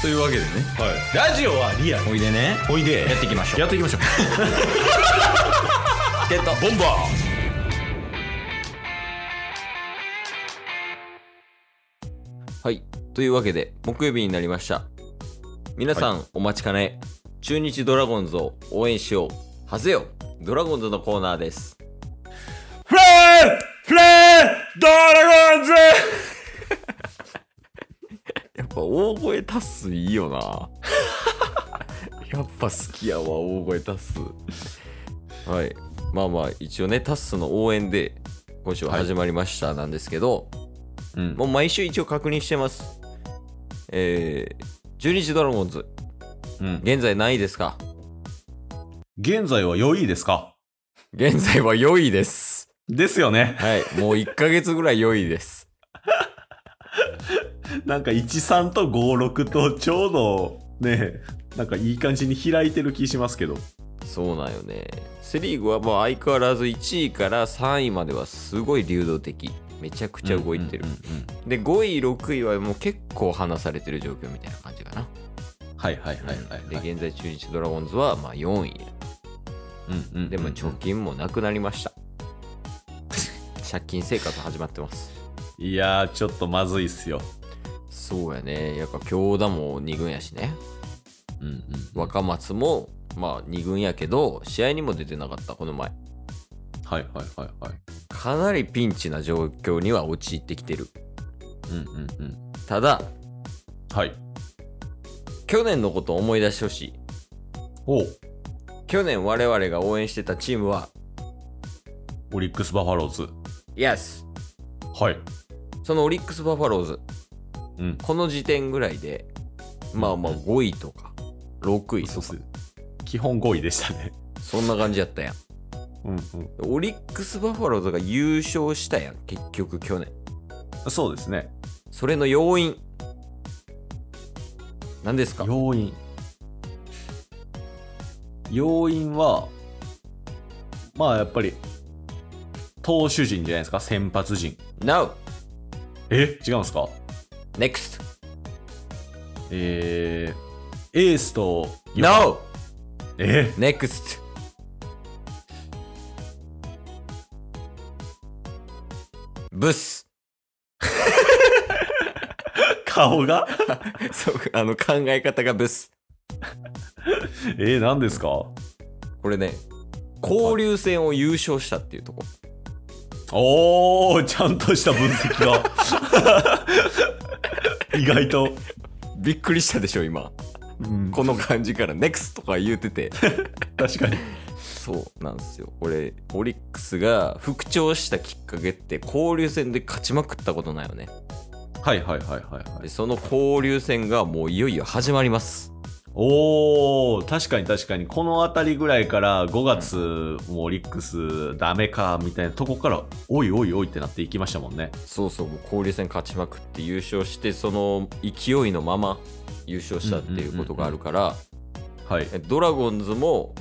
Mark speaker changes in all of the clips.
Speaker 1: というわけでね
Speaker 2: はい、ラジオはリアル
Speaker 1: おいでね
Speaker 2: おいで
Speaker 1: やっていきましょう
Speaker 2: やっていきましょう
Speaker 1: ってた
Speaker 2: ボンバ
Speaker 1: はいというわけで木曜日になりました皆さん、お待ちかね中日ドラゴンズを応援しようはぜよドラゴンズのコーナーです
Speaker 2: ーフレーフレードラゴンズ
Speaker 1: やっぱ大声多数いいよな やっぱ好きやわ大声多数はいまあまあ一応ねタッスの応援で今週は始まりましたなんですけど、
Speaker 2: うん
Speaker 1: もう毎週一応確認してますえー、中日ドラゴンズ
Speaker 2: うん、
Speaker 1: 現在何位ですか
Speaker 2: 現在は良いですか
Speaker 1: 現在は4位です
Speaker 2: ですよね。
Speaker 1: はいもう1ヶ月ぐらい4位です
Speaker 2: なんか13と56とちょうどね、なんかいい感じに開いてる気しますけど。
Speaker 1: そうなんよねセ・リーグはもう相変わらず1位から3位まではすごい流動的めちゃくちゃ動いてる、
Speaker 2: うんうんうん
Speaker 1: で5位6位はもう結構離されてる状況みたいな感じかな、
Speaker 2: はいはいはいはい、はい。
Speaker 1: で現在中日ドラゴンズはまあ4位
Speaker 2: うんうんうん
Speaker 1: でも貯金もなくなりました、借金生活始まってます
Speaker 2: いやー、ちょっとまずいっすよ。
Speaker 1: そうやねやっぱ京田も2軍やしね
Speaker 2: うんうん。
Speaker 1: 若松もまあ2軍やけど試合にも出てなかったこの前
Speaker 2: はいはいはいはい。
Speaker 1: かなりピンチな状況には陥ってきてる
Speaker 2: うんうんうん。
Speaker 1: ただ
Speaker 2: はい。
Speaker 1: 去年のことを思い出してほしい
Speaker 2: おう
Speaker 1: 去年我々が応援してたチームは
Speaker 2: オリックス・バファローズ。
Speaker 1: Yes
Speaker 2: はい。
Speaker 1: そのオリックス・バファローズ
Speaker 2: うん。
Speaker 1: この時点ぐらいでまあまあ5位とか6位
Speaker 2: そ
Speaker 1: と
Speaker 2: うっ
Speaker 1: か
Speaker 2: す基本5位でしたね。
Speaker 1: そんな感じやったやん
Speaker 2: うんうん。
Speaker 1: オリックス・バファローズが優勝したやん結局去年
Speaker 2: そうですね。
Speaker 1: それの要因何ですか
Speaker 2: 要因要因はまあやっぱり投手陣じゃないですか先発陣
Speaker 1: NOW
Speaker 2: え違うんですか
Speaker 1: NEXT
Speaker 2: えー、エースと
Speaker 1: NO
Speaker 2: え
Speaker 1: NEXT ブス
Speaker 2: 顔が
Speaker 1: そうあの考え方がブス
Speaker 2: えー、何ですかお
Speaker 1: これね交流戦を優勝したっていうとこ
Speaker 2: ーちゃんとした分析が 意外と、
Speaker 1: びっくりしたでしょ今
Speaker 2: うん、
Speaker 1: この感じから「NEXT」とか言うてて
Speaker 2: 確かに
Speaker 1: そうなんですよこれオリックスが復調したきっかけって交流戦で勝ちまくったことないよね
Speaker 2: はいはいはいはいは
Speaker 1: で
Speaker 2: い
Speaker 1: その交流戦がもういよいよ始まります
Speaker 2: おー、確かに確かに、この辺りぐらいから5月、もうオリックスダメか、みたいなとこから、おいおいおいってなっていきましたもんね。
Speaker 1: そうそうもう交流戦勝ちまくって優勝してその勢いのまま優勝したっていうことがあるから
Speaker 2: はい。
Speaker 1: えドラゴンズも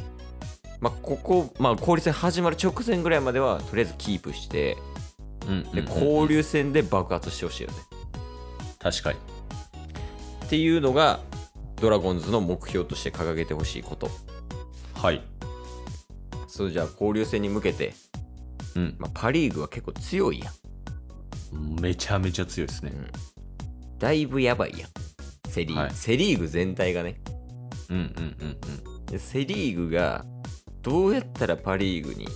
Speaker 1: まあここ、まあ、交流戦始まる直前ぐらいまではとりあえずキープして
Speaker 2: うん
Speaker 1: で交流戦で爆発してほしいよね。
Speaker 2: 確かに。
Speaker 1: っていうのがドラゴンズの目標として掲げてほしいこと。
Speaker 2: はい。
Speaker 1: そうじゃあ交流戦に向けて、
Speaker 2: うん。
Speaker 1: まあ、パ・リーグは結構強いやん。
Speaker 2: めちゃめちゃ強いですね。
Speaker 1: だいぶやばいやん。セ・リーグ、
Speaker 2: はい
Speaker 1: セリーグ全体がね。
Speaker 2: うんうんうん
Speaker 1: でセ・リーグがどうやったらパ・リーグに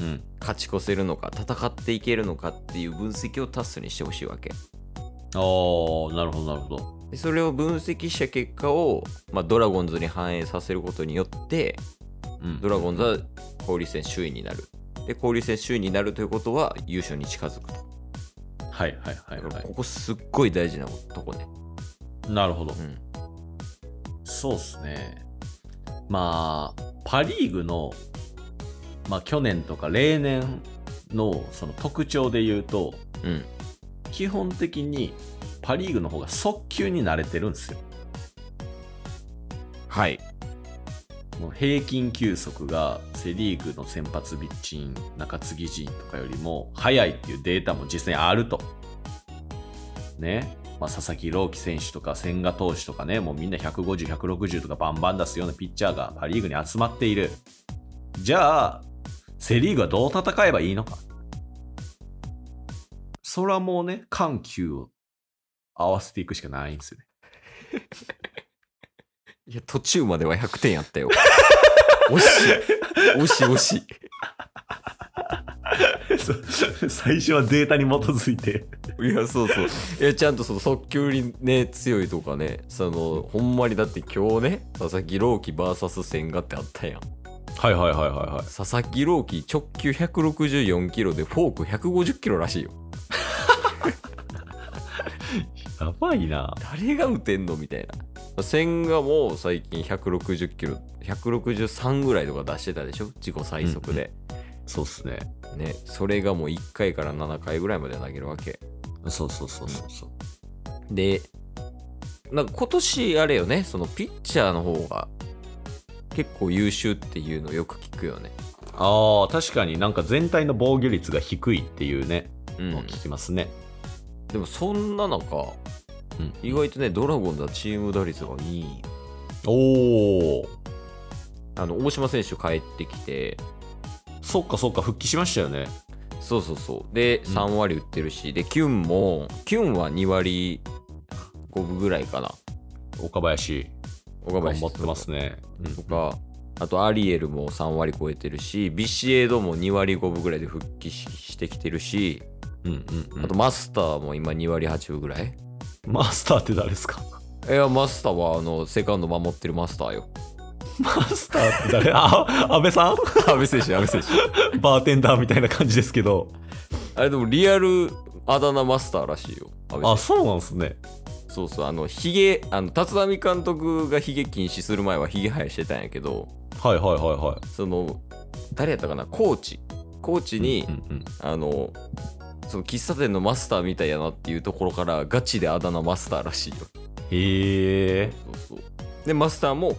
Speaker 2: うん。うん。
Speaker 1: 勝ち越せるのか戦っていけるのかっていう分析をタスにしてほしいわけ。
Speaker 2: あー、なるほどなるほど。
Speaker 1: でそれを分析した結果を、まあ、ドラゴンズに反映させることによって
Speaker 2: うん
Speaker 1: ドラゴンズは交流戦首位になるで交流戦首位になるということは優勝に近づくと
Speaker 2: はいはいはい
Speaker 1: だから
Speaker 2: は
Speaker 1: ここすっごい大事なとこね、
Speaker 2: い。なるほど
Speaker 1: う。ん、
Speaker 2: そうっすね。まあ、パ・リーグの、まあ去年とか例年のその特徴で言うと、
Speaker 1: うん、
Speaker 2: 基本的にパ・リーグの方が速球に慣れてるんですよ。
Speaker 1: はい
Speaker 2: もう平均球速がセ・リーグの先発ピッチン、中継ぎ陣とかよりも速いっていうデータも実際にあると。ね。まあ、佐々木朗希選手とか千賀投手とかね、もうみんな150、160とかバンバン出すようなピッチャーがパ・リーグに集まっている。じゃあ、セ・リーグはどう戦えばいいのか。それはもうね、緩急を合わせていくしかないんですよね。
Speaker 1: いや、途中までは100点やったよ。 惜しい。惜しい、惜しい。
Speaker 2: 最初はデータに基づいて。
Speaker 1: いや、そうそう。 いや、ちゃんとその速球にね、強いとかね、その、ほんまにだって今日ね、佐々木朗希 VS 千賀ってあったやん。
Speaker 2: はいはいはいはいは
Speaker 1: 佐々木朗希直球164キロでフォーク150キロらしいよ。
Speaker 2: い。やばいな。
Speaker 1: 誰が打てんのみたいな。千賀も最近160キロ、163ぐらいとか出してたでしょ自己最速で。
Speaker 2: そうっすね。
Speaker 1: ね、それがもう1回から7回ぐらいまで投げるわけ。
Speaker 2: そうそうそうそうそう。
Speaker 1: で、なんか今年あれよね、そのピッチャーの方が結構優秀っていうのよく聞くよね。
Speaker 2: ああ、確かになんか全体の防御率が低いっていうね、
Speaker 1: うん
Speaker 2: のを聞きますね。
Speaker 1: でもそんな中、
Speaker 2: うん
Speaker 1: 意外とね、ドラゴンズはチーム打率がいいんよ
Speaker 2: おお、
Speaker 1: あの、大島選手帰ってきて、
Speaker 2: そっかそっか、復帰しましたよね。
Speaker 1: そうそうそう。で、
Speaker 2: うん
Speaker 1: 3割打ってるし、で、キュンも、キュンは2割5分ぐらいかな。
Speaker 2: 岡林、
Speaker 1: 岡
Speaker 2: 頑
Speaker 1: 林
Speaker 2: 張ってますね。うん
Speaker 1: とか、あとアリエルも3割超えてるし、ビシエドも2割5分ぐらいで復帰ししてきてるし、
Speaker 2: うんうんう
Speaker 1: あと
Speaker 2: ん。
Speaker 1: マスターも今2割8分ぐらい。
Speaker 2: マスターって誰ですか
Speaker 1: いや、マスターはあの、セカンド守ってるマスター よ。
Speaker 2: マスターって誰あ、安倍さん
Speaker 1: 安部選手、安部選手。
Speaker 2: バーテンダーみたいな感じですけど。
Speaker 1: あれでもリアルあだ名マスターらしいよ。安部選
Speaker 2: あ、そうなんですね。
Speaker 1: 手そうそう、あの、ヒゲ、あの、立浪監督がヒゲ禁止する前はヒゲ生やしてたんやけど、
Speaker 2: はいはいはいは
Speaker 1: その、誰やったかな、コーチ。コーチ
Speaker 2: い。
Speaker 1: に、
Speaker 2: うんうん
Speaker 1: あの、その喫茶店のマスターみたいやなっていうところからガチであだ名マスターらしいよ。
Speaker 2: へえ。
Speaker 1: そうそうでマスターも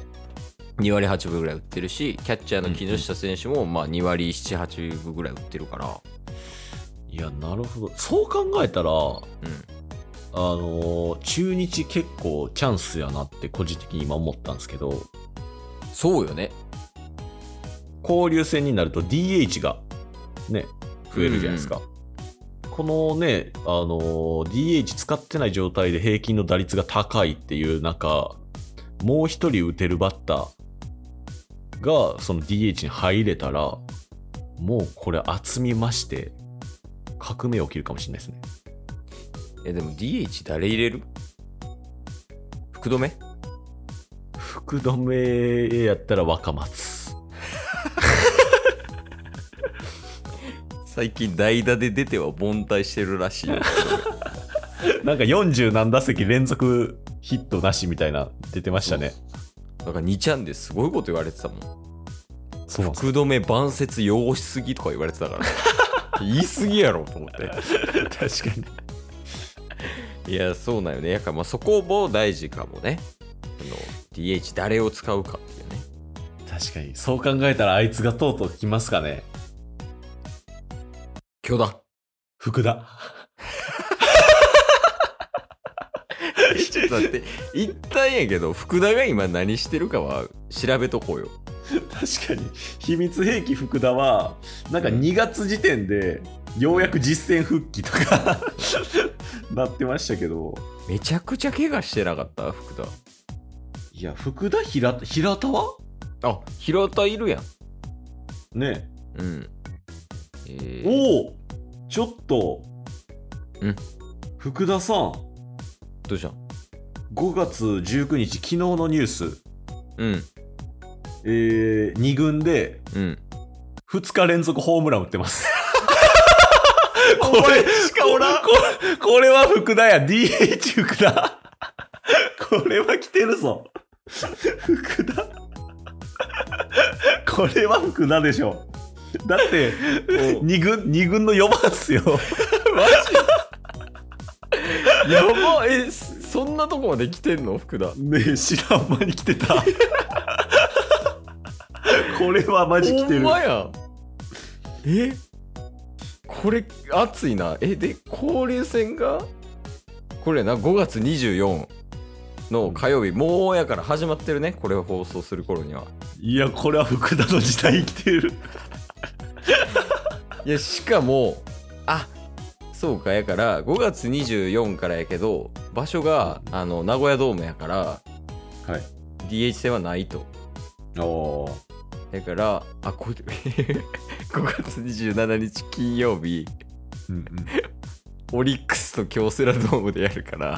Speaker 1: 2割8分ぐらい打ってるしキャッチャーの木下選手もまあ2割78分ぐらい打ってるから、
Speaker 2: いや、なるほど。そう考えたら、
Speaker 1: うん、
Speaker 2: あのー中日結構チャンスやなって個人的に今思ったんですけど、
Speaker 1: そうよね
Speaker 2: 交流戦になると DH がね、増えるじゃないですか。このね、あのー DH 使ってない状態で平均の打率が高いっていう中、もう一人打てるバッターがその DH に入れたら、もうこれ厚み増して、革命起きるかもしれないですね。
Speaker 1: えでも DH 誰入れる福留
Speaker 2: 福留やったら若松。
Speaker 1: 最近代打で出ては凡退してるらしい よ
Speaker 2: なんか40何打席連続ヒットなしみたいな出てましたね。
Speaker 1: なんか2ちゃんですごいこと言われてたもん
Speaker 2: そうなんです
Speaker 1: 福留晩節汚しすぎとか言われてたから 言いすぎやろと思って
Speaker 2: 確かに。
Speaker 1: いや、そうなんよね。やからまあそこも大事かもね。あの、DH 誰を使うかっていうね。
Speaker 2: 確かに。そう考えたらあいつがとうとう来ますかね。
Speaker 1: 許だ。
Speaker 2: 福田。
Speaker 1: ちょっと待って、一旦やけど、福田が今何してるかは調べとこうよ。
Speaker 2: 確かに。秘密兵器福田は、なんか2月時点で、ようやく実戦復帰とか、 なってましたけど。
Speaker 1: めちゃくちゃ怪我してなかった福田。
Speaker 2: いや、福田平田、平田は
Speaker 1: あ、平田いるやん。
Speaker 2: ね
Speaker 1: うん。え
Speaker 2: え
Speaker 1: ー、
Speaker 2: おおちょっと。
Speaker 1: うん
Speaker 2: 福田さん。
Speaker 1: どうしたん
Speaker 2: 5月19日、昨日のニュース、
Speaker 1: うん、
Speaker 2: え2軍で
Speaker 1: うん。
Speaker 2: 2日連続ホームラン打っ てます。
Speaker 1: これしかおらん
Speaker 2: これこれは福田や、DH 福田。これは来てるぞ。福田。これは福田でしょ。だって、
Speaker 1: お
Speaker 2: 2軍、二軍の4番っすよ。
Speaker 1: やばえ、そんなとこまで来てんの福田。
Speaker 2: ねえ、知らん間に来てた。これはマジ来て
Speaker 1: ほん
Speaker 2: る。
Speaker 1: まやえこれ熱いなえで交流戦がこれな5月24の火曜日、もうやから始まってるねこれを放送する頃にはい
Speaker 2: や、これは福田の時代生きてる。
Speaker 1: いやしかもあそうかやから5月24からやけど場所があの名古屋ドームやから
Speaker 2: はい
Speaker 1: DH 戦はないと
Speaker 2: おー
Speaker 1: だからあこ 5月27日金曜日
Speaker 2: うんうん、
Speaker 1: オリックスと京セラドームでやるから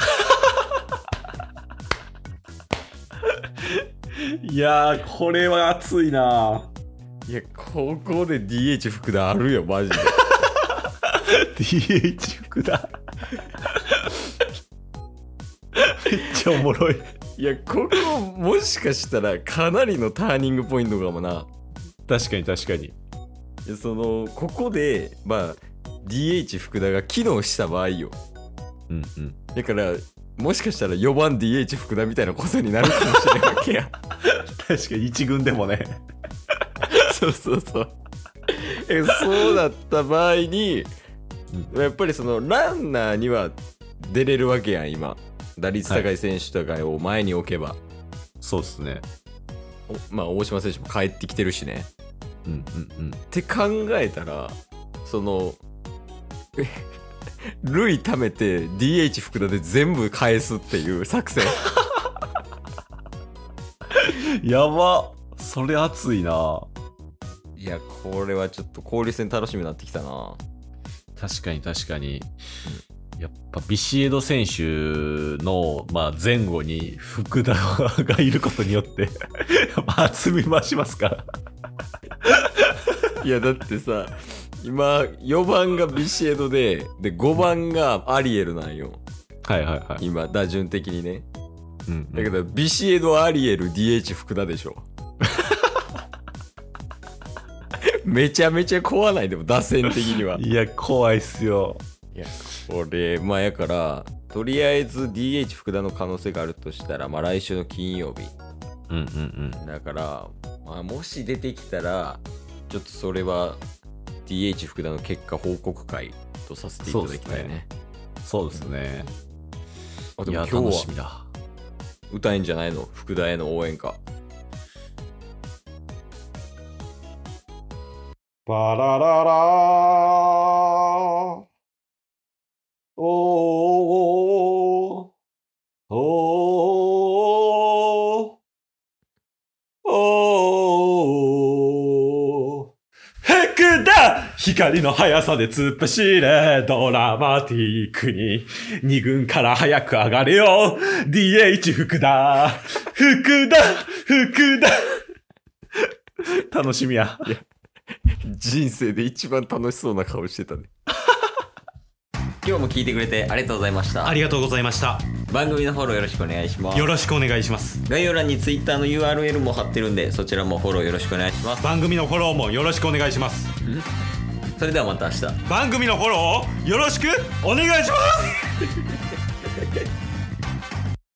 Speaker 2: いやー、これは熱いない
Speaker 1: やここで DH 福田あるよマジで
Speaker 2: DH 福田。めっちゃおもろい。
Speaker 1: いやここもしかしたらかなりのターニングポイントかもな
Speaker 2: 確かに確かに。
Speaker 1: いやそのここでまあ DH 福田が機能した場合よ
Speaker 2: うんうん。
Speaker 1: だからもしかしたら4番 DH 福田みたいなことになるかもしれないわけや
Speaker 2: 確かに一軍でもね。
Speaker 1: そうそうそうえそうだった場合にやっぱりそのランナーには出れるわけやん今打率高い選手とかを前に置けば、
Speaker 2: そうっすね。
Speaker 1: おまあ大島選手も帰ってきてるしね
Speaker 2: うんうんう
Speaker 1: っ
Speaker 2: ん。
Speaker 1: て考えたらそのえ 塁貯めて DH 福田で全部返すっていう作戦
Speaker 2: やばそれ熱いない
Speaker 1: やこれはちょっと交流戦楽しみになってきたな
Speaker 2: 確かに確かに、やっぱビシエド選手の、まあ、前後に福田がいることによって やっぱ厚み増しますから
Speaker 1: いやだってさ今4番がビシエドでで5番がアリエルなんよ
Speaker 2: はいはいはい、
Speaker 1: 今打順的にね
Speaker 2: うん
Speaker 1: だけどビシエドアリエル DH 福田でしょ めちゃめちゃ怖ないでも打線的にはい
Speaker 2: や怖いっすよ
Speaker 1: 俺まあやからとりあえず DH 福田の可能性があるとしたらまあ来週の金曜日
Speaker 2: うんうんうん
Speaker 1: だから、まあ、もし出てきたらちょっとそれは DH 福田の結果報告会とさせていただきたいね
Speaker 2: そうですね、
Speaker 1: あで
Speaker 2: い
Speaker 1: も
Speaker 2: や
Speaker 1: 今
Speaker 2: 楽
Speaker 1: 日
Speaker 2: し
Speaker 1: は
Speaker 2: みだ
Speaker 1: 歌えんじゃないの福田への応援歌
Speaker 2: パラララおーおーおーおー福田光の速さで突っ走れドラマティックに二軍から早く上がれよ DH 福田福田福田楽しみや。
Speaker 1: 人生で一番楽しそうな顔してたね 今日も聞いてくれてありがとうございました
Speaker 3: ありがとうございました。
Speaker 1: 番組のフォローよろしくお願いします
Speaker 3: よろしくお願いします。
Speaker 1: 概要欄に Twitter の URL も貼ってるんでそちらもフォローよろしくお願いします
Speaker 3: 番組のフォローもよろしくお願いします。
Speaker 1: それではまた明日
Speaker 3: 番組のフォローをよろしくお願いします